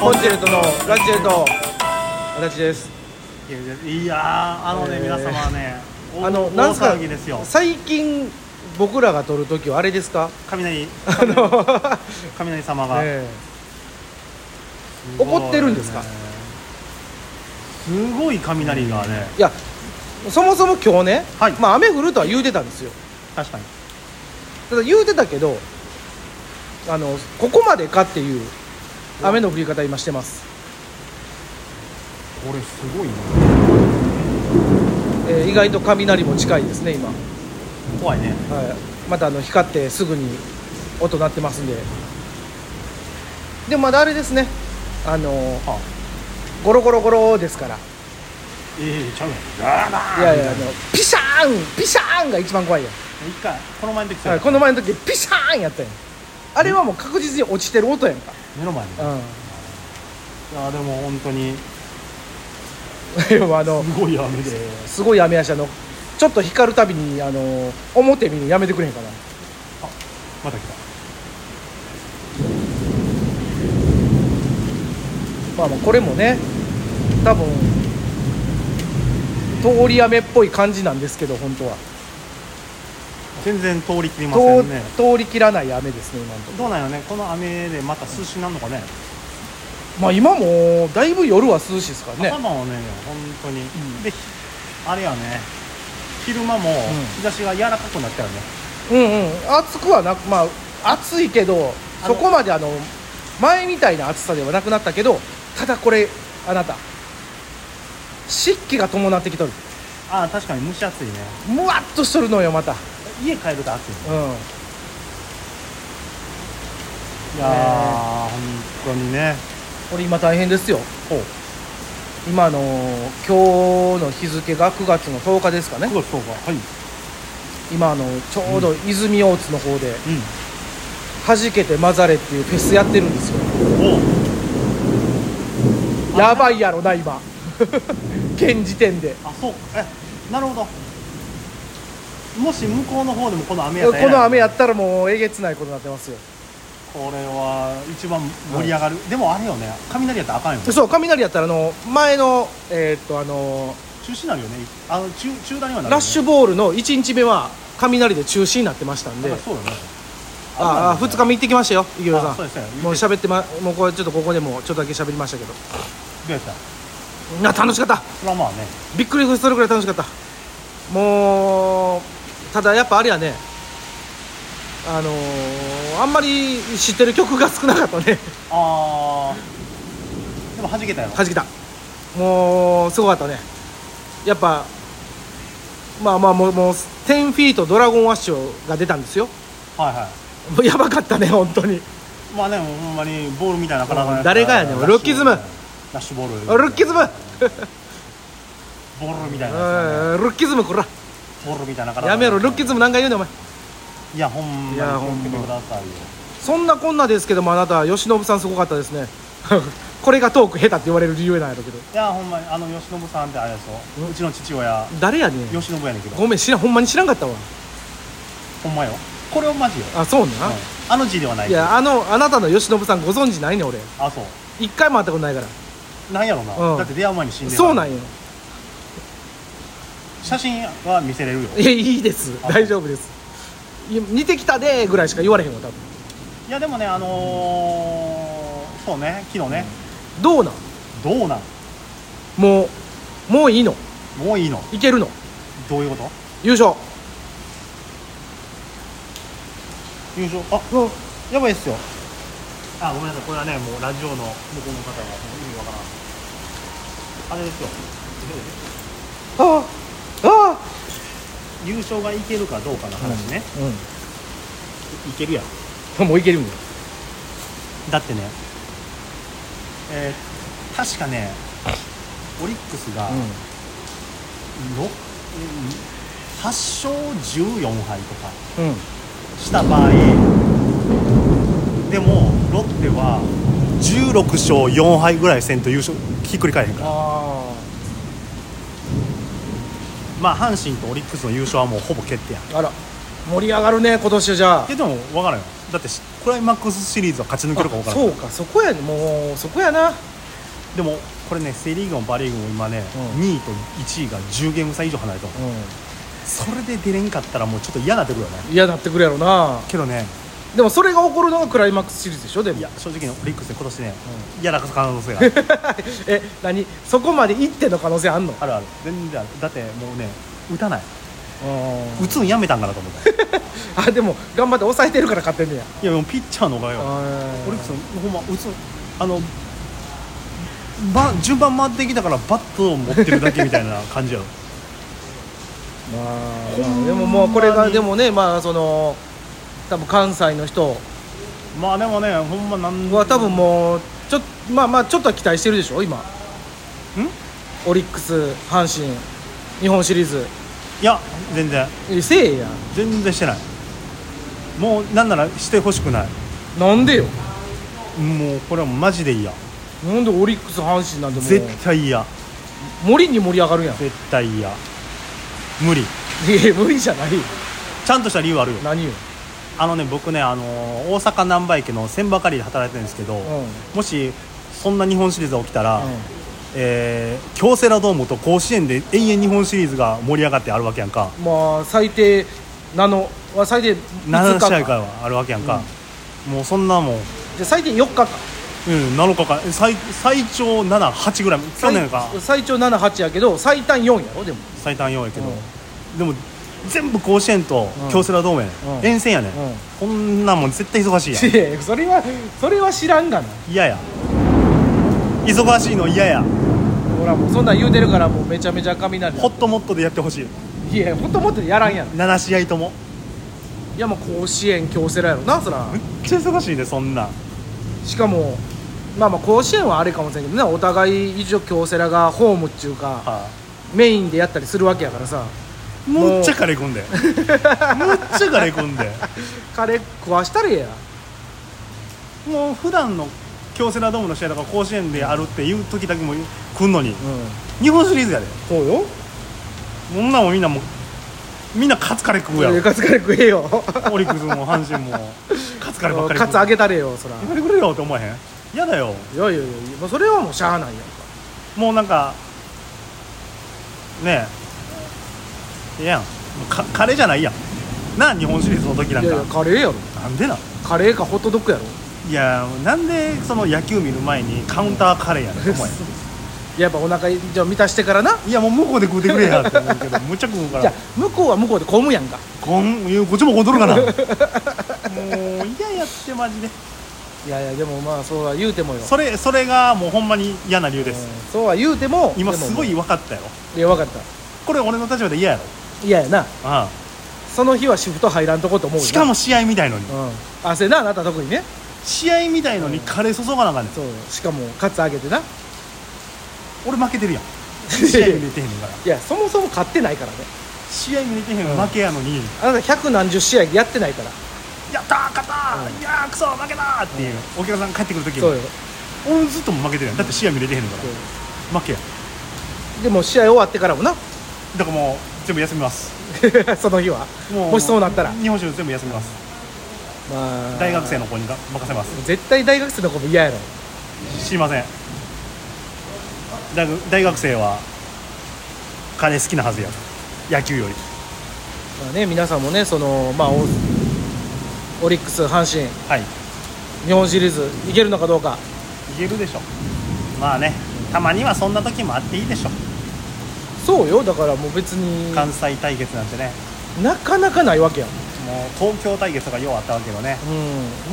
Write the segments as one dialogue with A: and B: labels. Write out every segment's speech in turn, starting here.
A: コンチェルトのランチェルト足立です
B: いやーあのね、
A: えー
B: 皆様はねお
A: あのなん
B: 大
A: すか
B: 騒ぎですよ
A: 最近僕らが撮る時はあれですか
B: 雷
A: あ の、
B: 雷様が、
A: え
B: すごいね
A: 怒ってるんですか
B: すごい雷がね
A: え、いやそもそも今日ね、
B: はい
A: まあ雨降るとは言うてたんですよ
B: 確かに
A: ただ言うてたけどあのここまでかっていう雨の降り方今してます、
B: これすごいね
A: えー意外と雷も近いですね今、
B: 怖いね
A: はい、またあの光ってすぐに音鳴ってますんででもまだあれですねあの
B: はあ
A: ゴロゴロゴロですから
B: ええちゃうやんガー
A: いやいやあのピシャーンピシャーンが一番怖いよ、
B: 一回この前の時さ、
A: はい、この前の時ピシャーンやったやんあれはもう確実に落ちてる音やんか、
B: 目の前に、
A: う
B: い
A: ん
B: やでも本当に
A: で もあの
B: すごい雨です
A: ごい雨やしあのちょっと光るたびにあの表見るのやめてくれへんかな
B: また来
A: まあまあこれもね多分通り雨っぽい感じなんですけど本当は
B: た全然通り切りませ
A: 通
B: んね
A: 通り切らない雨ですね今のとこ
B: どうなんよねこの雨でまた涼しなんのかね
A: まあ今もだいぶ夜は涼しいですからね
B: 頭をね本当に、
A: ん
B: であれやね昼間も
A: ん
B: 日差しが柔らかくなったよね、
A: うんうん暑くはなくまあ暑いけど
B: あ
A: そ
B: の
A: こまであの前みたいな暑さではなくなったけどただこれあなた湿気が伴ってきとる
B: ああ確かに蒸し暑いね
A: むわっとしとるのよまた
B: 家帰ると暑いね
A: うん
B: いやー、本当にね
A: これ今大変ですよ
B: ほう
A: 今あの今日の日付が9月の10日ですかね
B: 9月10日はい
A: 今あのちょうど泉大津の方で
B: う
A: 「はじけて混ざれ」っていうフェスやってるんですよ
B: んおう
A: やばいやろな今 現時点で
B: あそうえなるほどもし向こうの方でもこの雨や
A: こ
B: ったらえらい
A: の雨やったらもうえげつないことになってますよ
B: これは一番盛り上がる、でもあれよね雷やったらあかんよね
A: そう雷やったらあの前のえーっとあの
B: 中止になるよねあの中中断にはなるよね
A: ラッシュボールの1日目は雷で中止になってましたん
B: だ
A: で
B: からそうだよね
A: ああ2日目行ってきましたよ池浦
B: あ
A: さ
B: そうんですね
A: もう喋ってまもうこれちょっとここでもちょっとだけ喋りましたけど
B: どうやった
A: な楽しかった
B: それはまあね
A: びっくりするくらい楽しかったもうただやっぱあれやねあのーあんまり知ってる曲が少なかった ね
B: あーでも弾けたよ
A: はじけたもうすごかったねやっぱまあまあもうもう10フィートドラゴンワッシュが出たんですよ
B: はいは
A: もうやばかったね本当に
B: いまあねほんまにボールみたいな体のやつ
A: 誰がやねん
B: ラッシュ
A: ルッキズム
B: ラッシュボール
A: ルッキズム
B: ボールみたいなや
A: うんルッキズムこら
B: つボールみたいな体
A: やめろルッキズム何回言うねんお前
B: ムいやほんまに
A: いやほんま
B: 気をつけてくださいよ
A: そんなこんなですけどもあなた吉信さんすごかったですね これがトーク下手って言われる理由なんやろうけど
B: いやほんまにあの吉信さんってあれですようちの父親
A: 誰やねん
B: 吉信やねんけど
A: ごめん知らんほんまに知らんかったわ
B: ほんまよこれはマジよ
A: あそうな、
B: うんあの字ではない
A: い、やあのあなたの吉信さんご存知ないねん俺
B: あそう
A: 一回も会ったことないから
B: なんやろ
A: う
B: なんだって出会う前に死んでる
A: そうなんよ
B: 写真は見せれるよ
A: いやいいです
B: あ
A: 大丈夫ですいや似てきたでぐらいしか言われへんわ多分
B: いやでもねあのーそうね昨日ね
A: どうなん
B: どうなん
A: もうもういいの
B: もういいの
A: いけるの
B: どういうこと
A: 優勝
B: 優勝あ
A: うんやばいっすよ
B: あごめんなさいこれはねもうラジオの向こうの方が意味わからんあれですよ
A: ああ
B: 優勝がいけるかどうかの話ね、
A: あ
B: いけるやん
A: うんもういけるんだよ
B: だってねえー確かねオリックスが、
A: うん
B: のうん8勝14敗とか
A: うん
B: した場合でもロッテは16勝4敗ぐらいせんと優勝ひっくり返へんから
A: あ
B: まあ阪神とオリックスの優勝はもうほぼ決定やんい
A: ああら盛り上がるね今年じゃあ
B: やでも分からんよだってしクライマックスシリーズは勝ち抜けるか分からない
A: そうかそこやねもうそこやな
B: でもこれねセ・リーグもパ・リーグも今ね、
A: うん
B: 2位と1位が10ゲーム差以上離れたの
A: う
B: それで出れんかったらもうちょっと嫌なってくるよね
A: ん嫌なってくるやろな
B: けどね
A: でもそれが起こるのがクライマックスシリーズでしょでも
B: いや正直ねオリックスね今年ね、嫌な可能性 がある
A: え何そこまで一手の可能性あんの
B: あるある全然あるだってもうね打たない
A: うん
B: 打つんやめたんかなと思った い
A: あでも頑張って抑えてるから勝ってんねや
B: やもうピッチャーのおかげよオ
A: オ
B: リックスほんま打つあのば順番回ってきたからバットを持ってるだけみたい な感じやろ
A: まあ
B: ほんまに
A: でももうこれがでもねまあその多分関西の人
B: まあでもねほんまなん
A: は多分もうちょっとまあまあちょっとは期待してるでしょ今オリックス阪神日本シリーズ
B: いや全然
A: えせえや
B: 全然してないもうなんならしてほしくない
A: なんでよ
B: もうこれはマジで嫌
A: なんでオリックス阪神なんでもう
B: 絶対嫌
A: 森に盛り上がるやん
B: 絶対嫌無理
A: いや無理じゃないよ
B: ちゃんとした理由あるよ
A: 何よ
B: あのね僕ねあのー大阪難波駅の千ばかりで働いてるんですけど、
A: う
B: もしそんな日本シリーズが起きたら、
A: ん、うん
B: えー京セラドームと甲子園で永遠日本シリーズが盛り上がってあるわけやんか
A: まあ最低7のあ最低
B: 7
A: 5日
B: 試合
A: か
B: かはあるわけやんか、もうそんなもん、うん、
A: じゃあ最低4日か
B: 7日か最最長78ぐらい去年か
A: 最最長78やけど最短4やろでも
B: 最短4やけど、
A: う
B: でも全部甲子園と
A: うん
B: 京セラドームやね、
A: うん
B: 遠征やね、
A: うん
B: こんなもん絶対忙しいやん
A: いやいやそれはそれは知らんがな
B: 嫌や忙しいの嫌や
A: ほらもうそんなん言うてるからもうめちゃめちゃ雷
B: ホットモットでやってほしい
A: いやほんともっとやらんやろ
B: 7試合とも
A: いやもう甲子園京セラやろなそら
B: めっちゃ忙しいねそんなん
A: しかもまあまあ甲子園はあれかもしれんけどねお互い一応京セラがホームっちゅうか
B: は
A: メインでやったりするわけやからさ
B: いむっちゃカレー 込んでむっちゃカレー込んで
A: カレー食わしたらええや
B: もう普段の京セラドームの試合とか甲子園であるっていう時だけも来んのに
A: うん
B: 日本シリーズやで
A: そうよ
B: こんなんもみんなもうみんなカツカレー食うや
A: いやカツカレー食えよ
B: ろオリックスも阪神もカツカレーばっかり食
A: カ
B: う
A: ツあげたれよそら
B: やめてくれよって思わへん嫌だよ
A: いやいやいやまあそれはもうしゃあないやんか
B: もうなんかねえええやんかカレーじゃないやんなあ日本シリーズの時なん
A: い
B: か
A: やいやカレーやろ
B: なんでなん
A: カレーかホットドッグやろ
B: いやなんでその野球見る前にカウンターカレーやねんお前
A: やっぱお腹じゃあ満たしてからない
B: やもう向こうで食うてくれやって思うけどむっちゃ食うか
A: じゃ
B: ら
A: あ向こうは向こうで混むやんか
B: こんいやこっちも踊る かなもう嫌やってマジで
A: いやいやでもまあそうは言うてもよ
B: それそれがもうほんまに嫌な理由で
A: う
B: す
A: んそうは言うても
B: 今すご
A: で
B: い分かったやろ
A: もいや分かった
B: これ俺の立場で嫌やろ
A: いややな
B: あ
A: その日はシフト入らんとこと思う
B: あ
A: よな
B: しかも試合みたいのに
A: うんあせなあなた特にね
B: 試合みたいのにカレー注がなあかんねん
A: そうしかもカツあげてな
B: 俺負けてる やん試合見れてへんから
A: いやそもそも勝ってないからね
B: 試合見れてへん負けやのに
A: あなた百何十試合やってないから
B: やったー勝ったー、いやークソ負けたーっていう、お客さん帰ってくるとき
A: そうよ
B: 俺ずっとも負けてるやんだって試合見れてへんのか
A: そうよ
B: ら負けや
A: でも試合終わってからもな
B: だからもう全部休みます
A: その日は
B: もう
A: もしそうなったら、
B: 日本酒全部休みます
A: まあ、
B: 大学生の子にが任せます
A: 絶対大学生の子も嫌やろ
B: 知りません大学大学生はカレー好きなはずや野球より
A: まあね、皆さんもねその、まあ、オオリックス、阪神、
B: はいい
A: 日本シリーズいけるのかどうか、
B: けるでしょまあねたまにはそんな時もあっていいでしょ
A: そうよ、だからもう別に
B: 関西対決なんてね
A: なかなかないわけやん、
B: もう東京対決とかようあったわけどね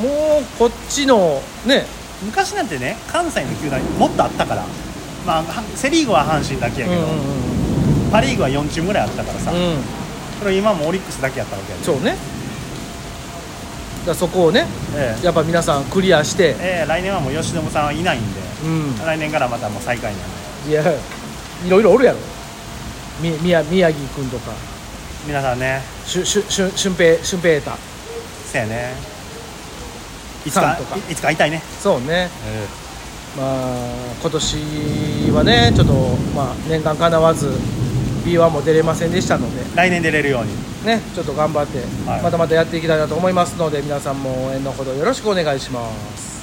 A: うん、もうこっちのね、
B: 昔なんてね関西の球団もっとあったからまあはセ・リーグは阪神だけ
A: う
B: や
A: んう
B: け
A: ん
B: ど、パ・リーグは4チームぐらいあったからさ、
A: うん、うん、
B: それ今もオリックスだけやったわけやで、
A: そうね、だからそこをね、
B: ええ
A: やっぱ皆さんクリアして、
B: ええ来年はもう吉野さんはいないんで
A: うん、
B: 来年からまたもう最下位なんで
A: いや、いろいろおるやろ、み宮宮城君とか、
B: 皆さんね
A: しゅしゅしゅ俊平、俊平太、
B: せやねいつ
A: さ
B: か
A: んとか
B: いいつか会いたいね、
A: そうね。まあ、今年はね、ちょっと、まあ、念願かなわず、B1 も出れませんでしたので、
B: 来年出れるように
A: ねちょっと頑張って、
B: はい
A: またまたやっていきたいなと思いますので皆さんも応援のほどよろしくお願いします